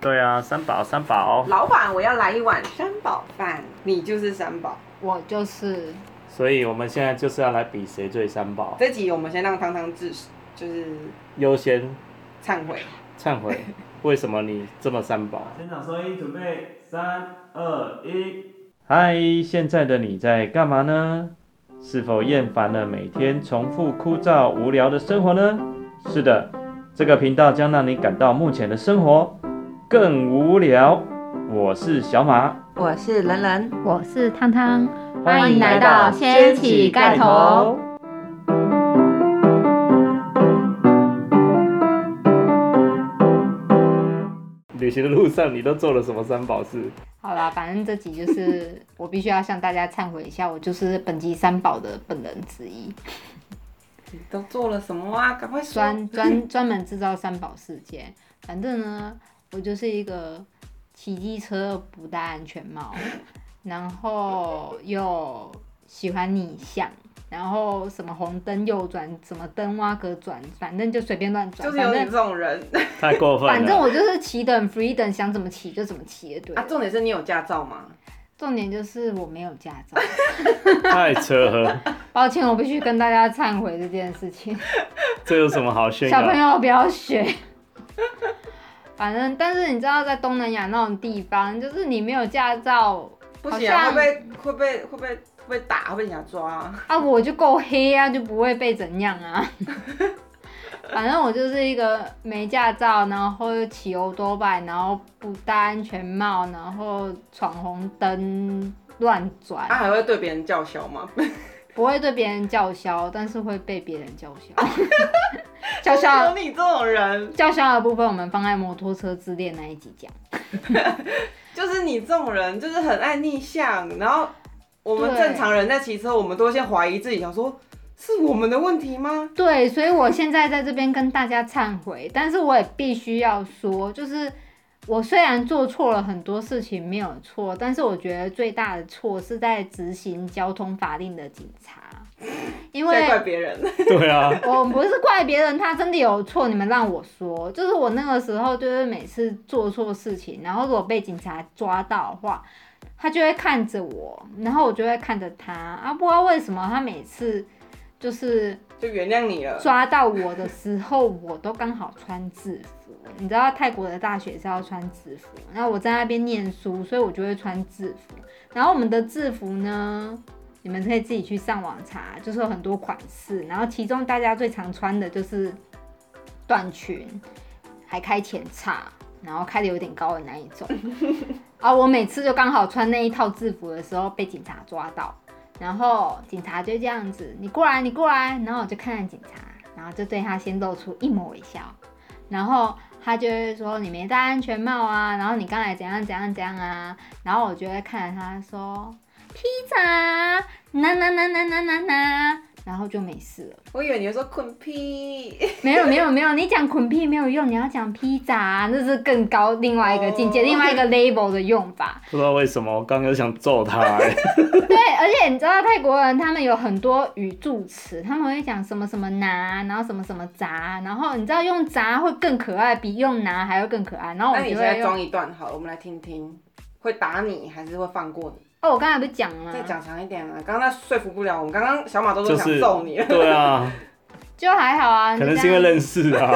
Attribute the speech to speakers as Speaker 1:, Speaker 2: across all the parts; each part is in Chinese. Speaker 1: 对啊，三宝三宝，
Speaker 2: 老板，我要来一碗三宝饭，你就是三宝。
Speaker 3: 我就是
Speaker 1: 所以我们现在就是要来比谁最三宝，
Speaker 2: 这集我们先让汤汤自就是
Speaker 1: 优先
Speaker 2: 忏悔，
Speaker 1: 忏悔，为什么你这么三宝？
Speaker 4: 现场收音，准备三二一。
Speaker 1: 嗨，现在的你在干嘛呢？是否厌烦了每天重复枯燥无聊的生活呢？是的，这个频道将让你感到目前的生活更无聊。我是小马，
Speaker 2: 我是人人，
Speaker 3: 我是汤汤，
Speaker 1: 欢迎来到
Speaker 3: 掀起盖头。
Speaker 1: 旅行的路上，你都做了什么三宝事？
Speaker 3: 好啦，反正这集就是我必须要向大家忏悔一下，我就是本集三宝的本人之一，
Speaker 2: 你都做了什么啊？赶快说。
Speaker 3: 专 专专门制造三宝事件。反正呢，我就是一个骑机车不戴安全帽，然后又喜欢逆向，然后什么红灯右转，什么灯挖格转，反正就随便乱转，
Speaker 2: 就是
Speaker 3: 反
Speaker 2: 有你
Speaker 3: 正
Speaker 2: 这种人
Speaker 1: 太过分了！
Speaker 3: 反正我就是骑等 free 等，想怎么骑就怎么骑，对了。
Speaker 2: 啊！重点是你有驾照吗？
Speaker 3: 重点就是我没有驾照，
Speaker 1: 太扯了，
Speaker 3: 抱歉，我必须跟大家忏悔这件事情。
Speaker 1: 这有什么好炫
Speaker 3: 小
Speaker 1: 耀
Speaker 3: 朋？友不要学。 反正，但是你知道，在东南亚那种地方，就是你没有驾照
Speaker 2: 不行啊，
Speaker 3: 好像
Speaker 2: 会被会被会被会被打，会被人家抓啊。
Speaker 3: 啊，我就够黑啊，就不会被怎样啊。 反正我就是一个没驾照，然后又骑欧多拜，然后不戴安全帽，然后闯红灯乱转，
Speaker 2: 啊他还会对别人叫嚣 吗？
Speaker 3: 不会对别人叫嚣，但是会被别人叫 嚣。叫嚣
Speaker 2: 有你这种人，
Speaker 3: 叫嚣的部分，我们放在摩托车之恋那一集讲。
Speaker 2: 就是你这种人，就是很爱逆向。然后我们
Speaker 3: 对
Speaker 2: 正常人在骑车，我们都会先怀疑自己，想说是我们的问题吗？
Speaker 3: 对，所以我现在在这边跟大家忏悔，但是我也必须要说，就是我虽然做错了很多事情没有错，但是我觉得最大的错是在执行交通法令的警察，因为
Speaker 2: 在怪别人。
Speaker 1: 对啊，
Speaker 3: 我不是怪别人，他真的有错，你们让我说，就是我那个时候就是每次做错事情，然后如果被警察抓到的话，他就会看着我，然后我就会看着他啊，不知道为什么他每次就是
Speaker 2: 就原谅你了。
Speaker 3: 抓到我的时候，我都刚好穿制服。你知道泰国的大学是要穿制服，然后我在那边念书，所以我就会穿制服。然后我们的制服呢，你们可以自己去上网查，就是有很多款式。然后其中大家最常穿的就是短裙，还开前叉，然后开的有点高的那一种。啊，我每次就刚好穿那一套制服的时候被警察抓到，然后警察就这样子，你过来，你过来，然后我就看着警察，然后就对他先露出一抹微笑，然后他就会说你没戴安全帽啊，然后你刚才怎样怎样怎样啊，然后我就会看着他说披萨，呐呐呐呐呐呐呐，然后就没事了。
Speaker 2: 我以为你会说困屁，
Speaker 3: 没有没有没有，你讲捆屁没有用，你要讲披萨、啊那是更高另外一个境界，
Speaker 2: 哦
Speaker 3: 另外一个 label 的用法。
Speaker 1: 不知道为什么我刚刚想揍他、欸，
Speaker 3: 对，而且你知道泰国人他们有很多语助词，他们会讲什么什么拿，然后什么什么砸，然后你知道用砸会更可爱，比用拿还要更可爱。然后我
Speaker 2: 那
Speaker 3: 们
Speaker 2: 你
Speaker 3: 就
Speaker 2: 现
Speaker 3: 哦会
Speaker 2: 在
Speaker 3: 用
Speaker 2: 装一段好了，我们来听听，会打你还是会放过你？
Speaker 3: 哦，我刚才不是讲了吗
Speaker 2: 再？讲长一点啊！刚刚那说服不了我们，刚刚小马都
Speaker 1: 就
Speaker 2: 说想
Speaker 1: 是
Speaker 2: 揍你了，
Speaker 1: 对啊，
Speaker 3: 就还好啊，
Speaker 1: 可能
Speaker 3: 你
Speaker 1: 是
Speaker 3: 这
Speaker 1: 因为
Speaker 3: 样
Speaker 1: 认识啊，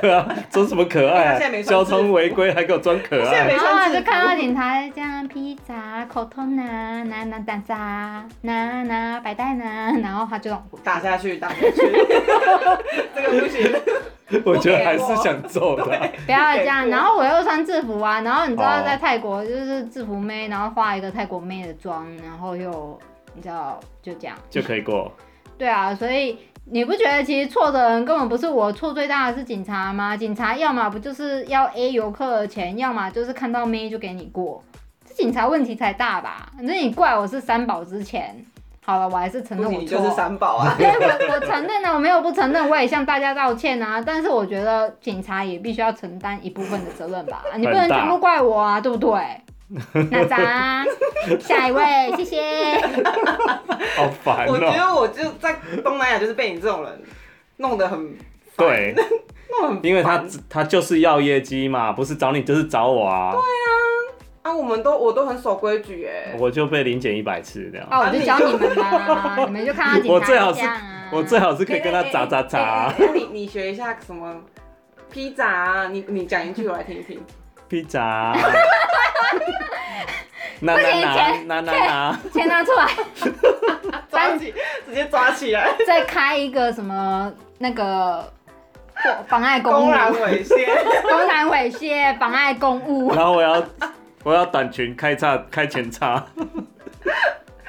Speaker 1: 对啊，装什么可
Speaker 2: 他现在
Speaker 1: 爱、
Speaker 2: 没穿
Speaker 1: 交
Speaker 2: 制服
Speaker 1: 通违规还给我装可
Speaker 2: 他现在
Speaker 1: 爱
Speaker 2: 没，
Speaker 3: 然后
Speaker 2: 穿
Speaker 3: 我
Speaker 2: 制
Speaker 3: 啊就
Speaker 2: 服
Speaker 3: 看到警察这样披萨、口头拿、拿拿打砸、拿拿白带拿，然后 他就让我过去
Speaker 2: 打下去，打下去， 这个不行。
Speaker 1: 我觉得还是想揍他。
Speaker 3: 不要这样。
Speaker 2: 给过
Speaker 3: 然后我又穿制服啊，然后你知道
Speaker 1: 哦
Speaker 3: 在泰国就是制服妹，然后化一个泰国妹的妆，然后又你知道就这样。
Speaker 1: 就可以过，
Speaker 3: 对啊，所以你不觉得其实错的人根本不是我，错最大的是警察吗？警察要么不就是要 A 游客的钱，要么就是看到妹就给你过，这警察问题才大吧？那你怪我是三宝之前，好了，我还是承
Speaker 2: 不
Speaker 3: 认
Speaker 2: 行，
Speaker 3: 我
Speaker 2: 你
Speaker 3: 错
Speaker 2: 就是。三宝啊！
Speaker 3: 对，我我承认啊了，我没有不承认，我也向大家道歉啊。但是我觉得警察也必须要承担一部分的责任吧，你不能
Speaker 1: 很大
Speaker 3: 全部怪我啊，对不对？那咱下一位，谢谢。
Speaker 1: 好烦
Speaker 2: 我觉
Speaker 1: 哦、
Speaker 2: 得我就在东南亚就是被你这种人弄得很，
Speaker 1: 对，
Speaker 2: 那我很
Speaker 1: 因为他
Speaker 2: 烦
Speaker 1: 他就是要业绩嘛，不是找你就是找我啊，
Speaker 2: 啊，我们都我都很守规矩哎、
Speaker 1: 我就被零减一百次这样。
Speaker 3: 啊，我就教你们 啦，你们就看他检
Speaker 1: 我最
Speaker 3: 查
Speaker 1: 好
Speaker 3: 一
Speaker 1: 是
Speaker 3: 下啊。
Speaker 1: 我最好是可以跟他砸砸砸、
Speaker 2: 哎哎哎你你学一下什么披萨啊？你你讲一句我来听听。
Speaker 1: 披萨啊。拿
Speaker 3: 不行
Speaker 1: 拿
Speaker 3: 钱
Speaker 1: 拿拿拿拿！
Speaker 3: 先拿出来，
Speaker 2: 抓起，直接抓起来，
Speaker 3: 再开一个什么那个妨碍公务
Speaker 2: 公、然猥亵。
Speaker 3: 公然猥亵、妨碍公务，
Speaker 1: 然后我要我要短裙开叉开前叉。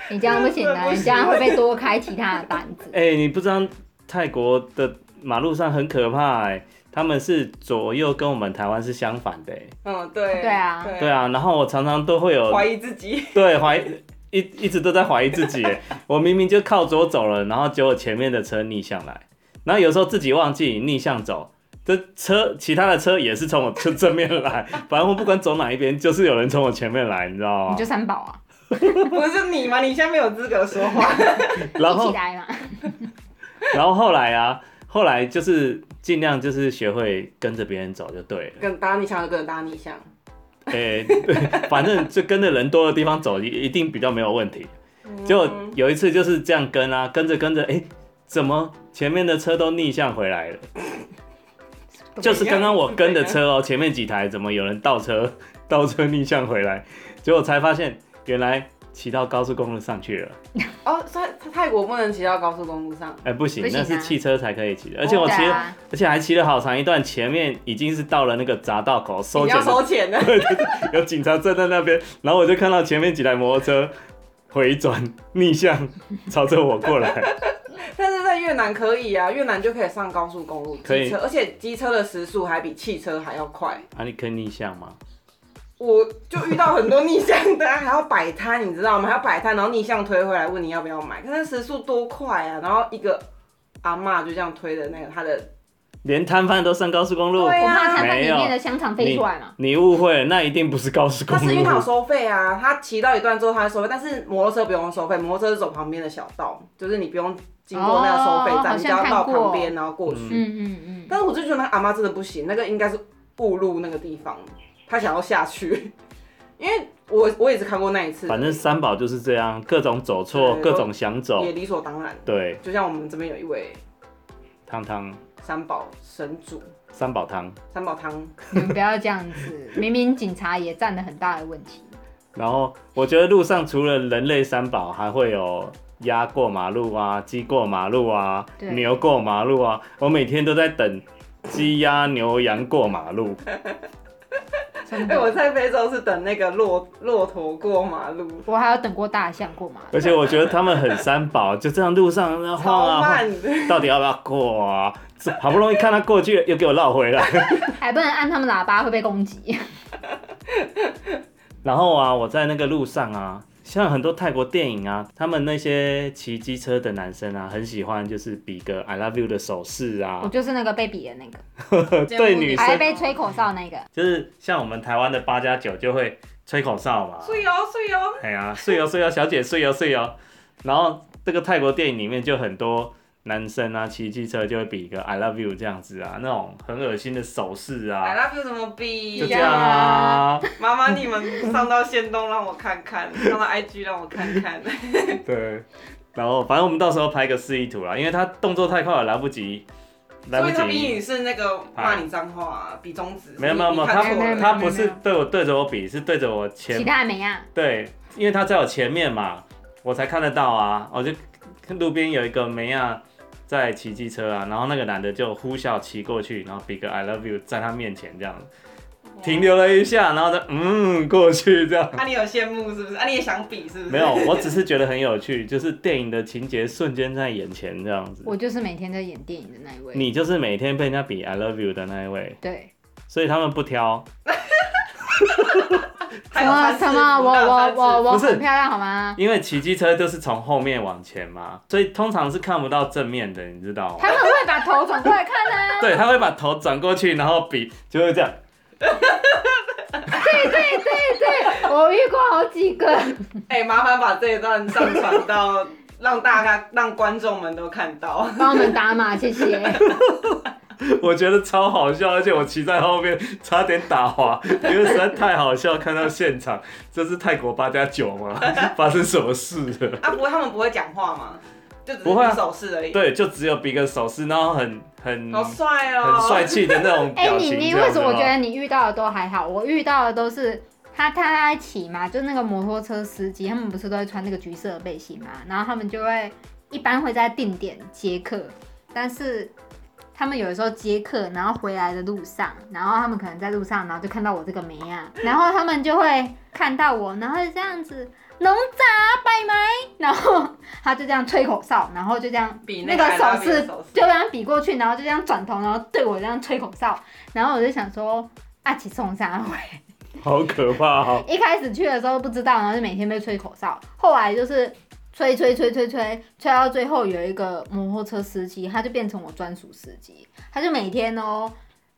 Speaker 3: 你这样不行啊，你这样会被多开其他的单子。
Speaker 1: 哎、你不知道泰国的马路上很可怕哎、他们是左右跟我们台湾是相反的、哎
Speaker 2: 嗯，对。
Speaker 3: 对啊
Speaker 1: 对，啊，然后我常常都会有
Speaker 2: 怀疑自己。
Speaker 1: 对怀疑一一直都在怀疑自己 耶，我明明就靠左走了，然后结果前面的车逆向来，然后有时候自己忘记逆向走，这车其他的车也是从我 正正面来，反正我不管走哪一边，就是有人从我前面来，你知道
Speaker 3: 你
Speaker 1: 吗
Speaker 3: 就？三宝啊，
Speaker 2: 不是你吗？你现在没有资格说话。
Speaker 1: 然
Speaker 3: 一起
Speaker 1: 后
Speaker 3: 来嘛。
Speaker 1: 然后后来啊，后来就是尽量就是学会跟着别人走就对了，
Speaker 2: 跟打你想就跟打你想。
Speaker 1: 诶、反正就跟着人多的地方走，一一定比较没有问题。结果
Speaker 2: 嗯
Speaker 1: 有一次就是这样跟啊，跟着跟着，哎、怎么前面的车都逆向回 来了？就是刚刚我跟的车哦、前面几台怎么有人倒车，倒车逆向回来？结果才发现原来骑到高速公路上去了。
Speaker 2: 哦，所以泰国不能骑到高速公路上。
Speaker 1: 哎、不行，
Speaker 3: 不行
Speaker 1: 那
Speaker 3: 啊
Speaker 1: 是汽车才可以骑的，而且我骑
Speaker 3: 对
Speaker 1: 了，
Speaker 3: 啊
Speaker 1: 而且还骑了好长一段，前面已经是到了那个匝道口收
Speaker 2: 你
Speaker 1: 钱
Speaker 2: 要
Speaker 1: 的
Speaker 2: 收钱的，
Speaker 1: 有警察站在那边，然后我就看到前面几台摩托车回转逆向朝着我过来，
Speaker 2: 但是在越南可以啊，越南就可以上高速公路
Speaker 1: 可以
Speaker 2: 机车，而且机车的时速还比汽车还要快。
Speaker 1: 啊，你可以逆向吗？
Speaker 2: 我就遇到很多逆向的啊， 还要摆摊，你知道吗？还要摆摊，然后逆向推回来问你要不要买，看那时速多快啊！然后一个阿嬷就这样推的那个他的，
Speaker 1: 连摊贩都上高速公路，
Speaker 2: 对
Speaker 3: 我
Speaker 2: 啊
Speaker 3: 怕摊贩
Speaker 1: 没
Speaker 3: 里
Speaker 1: 有
Speaker 3: 面的香肠飞出来嘛。
Speaker 1: 你误会了，那一定不是高速公
Speaker 2: 他是因为他有
Speaker 1: 路。
Speaker 2: 收费啊，他骑到一段之后他会收费，但是摩托车不用收费，摩托车是走旁边的小道，就是你不用经过那个收费
Speaker 3: 哦好像
Speaker 2: 站，你只要
Speaker 3: 看
Speaker 2: 到
Speaker 3: 过
Speaker 2: 旁边然后过去。
Speaker 3: 嗯嗯嗯，
Speaker 2: 但是我就觉得那个阿妈真的不行，那个应该是误入那个地方，她想要下去， 因为我我也是看过那一次，
Speaker 1: 反正三宝就是哦这样，各种走错，
Speaker 2: 对
Speaker 1: 各种想走
Speaker 2: 也。理所当然。
Speaker 1: 对，
Speaker 2: 就像我们这边有一位
Speaker 1: 汤汤
Speaker 2: 三宝神主，
Speaker 1: 三宝汤，
Speaker 2: 三宝汤，
Speaker 3: 你们不要这样子，明明警察也占了很大的问题。
Speaker 1: 然后我觉得路上除了人类三宝，还会有鸭过马路啊、鸡过马路啊、
Speaker 3: 对
Speaker 1: 牛过马路啊。我每天都在等鸡、鸭、牛、羊过马路。
Speaker 3: 真
Speaker 2: 哎、我
Speaker 3: 的，
Speaker 2: 在非洲是等那个骆骆驼过马路，
Speaker 3: 我还有等过大象过马 路。
Speaker 1: 而且我觉得他们很三宝，就这样路上那晃
Speaker 2: 超
Speaker 1: 啊晃，
Speaker 2: 慢的，
Speaker 1: 到底要不要过啊？这好不容易看他过去，又给我绕回来。
Speaker 3: 还不能按他们喇叭会被攻击。
Speaker 1: 然后啊，我在那个路上啊，像很多泰国电影啊，他们那些骑机车的男生啊，很喜欢就是比个 I love you 的手势
Speaker 3: 我
Speaker 1: 啊，
Speaker 3: 就是那个被比的那个，
Speaker 1: 对女
Speaker 3: 还
Speaker 1: 生
Speaker 3: 被吹口哨那个。
Speaker 1: 就是像我们台湾的八加九就会吹口哨嘛，
Speaker 2: 睡哦睡哦，
Speaker 1: 哎呀，睡哦睡哦，小姐睡哦睡哦。然后这个泰国电影里面就很多男生啊，骑机车就会比个 I love you 这样子啊，那种很恶心的手势
Speaker 2: I
Speaker 1: 啊，
Speaker 2: love you 怎么比
Speaker 1: 就这样啊。
Speaker 2: 妈妈你们上到仙东让我看看，上到 IG 让我看看，
Speaker 1: 对，然后反正我们到时候拍个示意图啦，因为他动作太快了，来不及， 来
Speaker 2: 所以他
Speaker 1: 不
Speaker 2: 比
Speaker 1: 及。
Speaker 2: 你是那个骂你脏话、比中指，
Speaker 1: 没有没有没有，
Speaker 2: 你看错
Speaker 3: 没
Speaker 1: 他
Speaker 3: 有
Speaker 2: 了
Speaker 1: 他不
Speaker 3: 没有
Speaker 1: 是
Speaker 3: 没有
Speaker 1: 对我对着我比，是对着我
Speaker 3: 其
Speaker 1: 前
Speaker 3: 他没啊，
Speaker 1: 对，因为他在我前面嘛，我才看得到啊。我就看路边有一个梅亚在骑机车啊，然后那个男的就呼啸骑过去，然后比个 I love you 在他面前这样，停留了一下，然后再嗯过去这样。
Speaker 2: 啊，你有羡慕是不是？啊，你也想比是不是？
Speaker 1: 没有，我只是觉得很有趣，就是电影的情节瞬间在眼前这样子。
Speaker 3: 我就是每天在演电影的那一位。
Speaker 1: 你就是每天被人家比 I love you 的那一位，
Speaker 3: 对，
Speaker 1: 所以他们不挑，
Speaker 2: 还
Speaker 3: 什
Speaker 2: 有
Speaker 3: 么
Speaker 2: 三次
Speaker 3: 什么，我我我我
Speaker 1: 不是
Speaker 3: 很漂亮好吗？
Speaker 1: 因为骑机车就是从后面往前嘛，所以通常是看不到正面的，你知道吗
Speaker 3: 他？们会把头转过来看啊。
Speaker 1: 对，他会把头转过去，然后比就会这样，
Speaker 3: 对对对对，我遇过好几个。
Speaker 2: 哎、麻烦把这一段上传到， 让大家让观众们都看到。
Speaker 3: 帮我们打码，谢谢。
Speaker 1: 我觉得超好笑，而且我骑在后面差点打滑， 因为实在太好笑。看到现场，这是泰国八加九吗？ 发生什么事 了？
Speaker 2: 啊，不会，他们不会讲话吗？就只是
Speaker 1: 不会啊
Speaker 2: 比手势而已。
Speaker 1: 对，就只有比个手势，然后很很
Speaker 2: 好帅哦，
Speaker 1: 很帅气的那种
Speaker 3: 哎、
Speaker 1: 表
Speaker 3: 你
Speaker 1: 情。
Speaker 3: 你
Speaker 1: 这样
Speaker 3: 为
Speaker 1: 子哦
Speaker 3: 什么
Speaker 1: 吗
Speaker 3: 觉得你遇到的都还好？我遇到的都是他他在骑嘛，就那个摩托车司机，他们不是都会穿那个橘色的背心嘛，然后他们就会一般会在定点接客，但是他们有的时候接客，然后回来的路上，然后他们可能在路上，然后就看到我这个梅啊，然后他们就会看到我，然后这样子。农杂拜埋，然后他就这样吹口哨，然后就这样
Speaker 2: 比
Speaker 3: 那
Speaker 2: 那个
Speaker 3: 个手
Speaker 2: I love you
Speaker 3: 势
Speaker 2: 的手
Speaker 3: 就
Speaker 2: 势
Speaker 3: 这样比过去，然后就这样转头，然后对我这样吹口哨，然后我就想说啊，起送啥回？
Speaker 1: 好可怕哦！
Speaker 3: 一开始去的时候不知道，然后就每天被吹口哨，后来就是吹吹吹吹吹，吹到最后有一个摩托车司机，他就变成我专属司机，他就每天哦，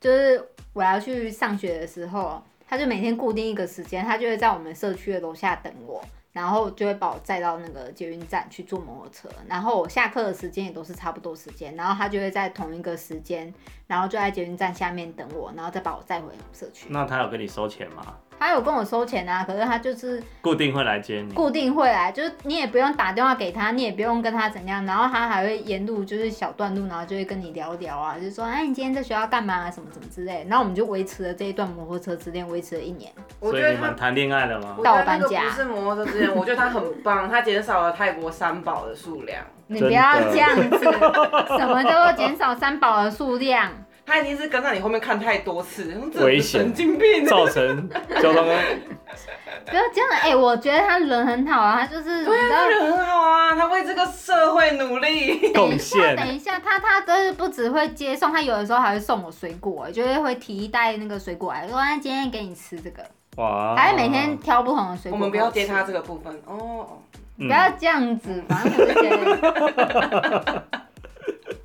Speaker 3: 就是我要去上学的时候，他就每天固定一个时间，他就会在我们社区的楼下等我。然后就会把我载到那个捷运站去坐摩托车，然后我下课的时间也都是差不多时间，然后他就会在同一个时间，然后就在捷运站下面等我，然后再把我载回社区。
Speaker 1: 那他有跟你收钱吗？
Speaker 3: 他有跟我收钱啊，可是他就是
Speaker 1: 固定会来接你？
Speaker 3: 固定会来，就是你也不用打电话给他，你也不用跟他怎样，然后他还会沿路就是小段路，然后就会跟你聊聊啊，就说哎你今天在学校干嘛啊，什么什么之类的，然后我们就维持了这一段摩托车之恋，维持了一年。
Speaker 2: 我
Speaker 1: 所
Speaker 2: 觉
Speaker 1: 以
Speaker 2: 得
Speaker 1: 你
Speaker 2: 他
Speaker 1: 们谈恋爱了吗
Speaker 2: 我？
Speaker 3: 到
Speaker 2: 觉
Speaker 3: 我
Speaker 2: 得
Speaker 3: 搬
Speaker 2: 那
Speaker 3: 家
Speaker 2: 个不是摩托车之恋，我觉得它很棒，它减少了泰国三宝的数量，
Speaker 3: 你
Speaker 1: 真
Speaker 3: 不
Speaker 1: 的
Speaker 3: 要这样子，什么都减少三宝的数量。
Speaker 2: 它已经是跟在你后面看太多次，这这
Speaker 1: 危险
Speaker 2: 神 经病。
Speaker 1: 造成交 通
Speaker 3: 不要这样，哎、我觉得他人很好啊，他就是你
Speaker 2: 对
Speaker 3: 知
Speaker 2: 啊，
Speaker 3: 道
Speaker 2: 他人很好啊，他为这个社会努力。
Speaker 1: 贡
Speaker 3: 等
Speaker 1: 献。
Speaker 3: 一下，他他真是不只会接送，他有的时候还会送我水果，就是会提一袋那个水果来，说哎今天给你吃这个，
Speaker 2: 哦
Speaker 1: 哇！
Speaker 3: 还会每天挑不同的水
Speaker 2: 我
Speaker 3: 果。
Speaker 2: 们不要接他，这个部分 哦。
Speaker 1: 嗯
Speaker 3: 不要这样子，反正我就觉得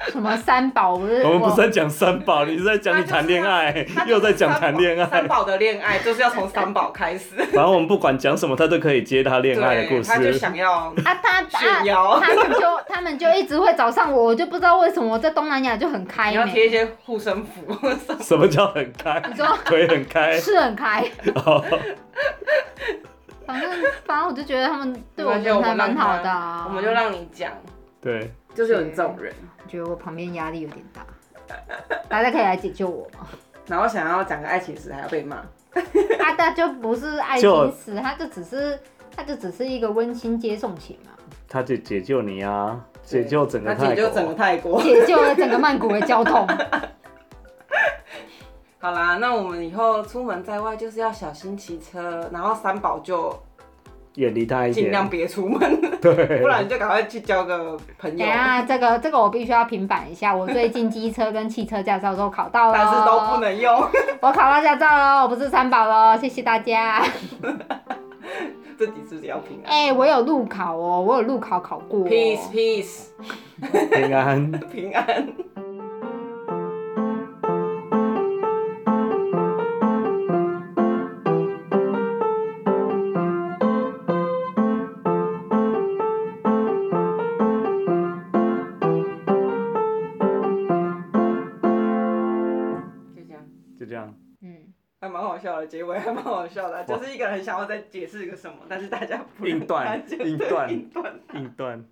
Speaker 3: 什么三宝，我 是
Speaker 1: 我们不是在讲三 宝，你是在讲你谈恋爱
Speaker 2: 他，就是
Speaker 1: 又在讲谈恋
Speaker 2: 三
Speaker 1: 爱。
Speaker 2: 宝的恋爱就是要从三宝开始，
Speaker 1: 反正我们不管讲什么，他都可以接他 恋爱的故
Speaker 2: 对，他就
Speaker 1: 事。
Speaker 2: 想 要
Speaker 3: 啊，他
Speaker 2: 炫
Speaker 3: 他
Speaker 2: 耀。
Speaker 3: 他们就他们就一直会找上我，我就不知道为什么我在东南亚就很开
Speaker 2: 你要
Speaker 3: 呢。
Speaker 2: 贴一些护身符，
Speaker 1: 什么叫很开？
Speaker 3: 你说
Speaker 1: 腿很开
Speaker 3: 是很开，
Speaker 1: 哦，
Speaker 3: 反正反正我就觉得他们 对我
Speaker 2: 没关系
Speaker 3: 人
Speaker 2: 我
Speaker 3: 还
Speaker 2: 们让
Speaker 3: 蛮
Speaker 2: 他
Speaker 3: 好的啊。
Speaker 2: 我们就让你讲，
Speaker 1: 对，
Speaker 2: 就是有你这种人，
Speaker 3: 觉得我旁边压力有点大，大家可以来解救我吗？
Speaker 2: 然后想要讲个爱情史还要被骂，
Speaker 3: 他他啊就不是爱
Speaker 1: 就
Speaker 3: 心死，他就只是他就只是一个温馨接送情嘛，
Speaker 1: 他就解救你啊，解救整个
Speaker 2: 他
Speaker 1: 泰
Speaker 2: 解救整个
Speaker 1: 国。
Speaker 2: 泰国。
Speaker 3: 解救了整个曼谷的交通。
Speaker 2: 好啦，那我们以后出门在外就是要小心骑车，然后三宝就
Speaker 1: 远离他一
Speaker 2: 尽量
Speaker 1: 点，
Speaker 2: 别出门，
Speaker 1: 对
Speaker 2: 不，然就赶快去交个朋
Speaker 3: 等
Speaker 2: 友
Speaker 3: 一，下这个这个我必须要平反一下，我最近机车跟汽车驾照都考到了，
Speaker 2: 但是都不能用，
Speaker 3: 我考到驾照了，我不是三宝了，谢谢大家。
Speaker 2: 自己自己要平安。
Speaker 3: 哎、我有路考哦，我有路考考过、哦。
Speaker 2: Peace peace，
Speaker 1: 平安。
Speaker 2: 平安。就这样。
Speaker 1: 就这样，
Speaker 3: 嗯，
Speaker 2: 还蛮好笑的，结尾还蛮好笑的，啊 就是一个人想要再解释个什么，但是大家不
Speaker 1: 硬断
Speaker 2: 断
Speaker 1: 硬断
Speaker 2: 硬断。
Speaker 1: 硬断。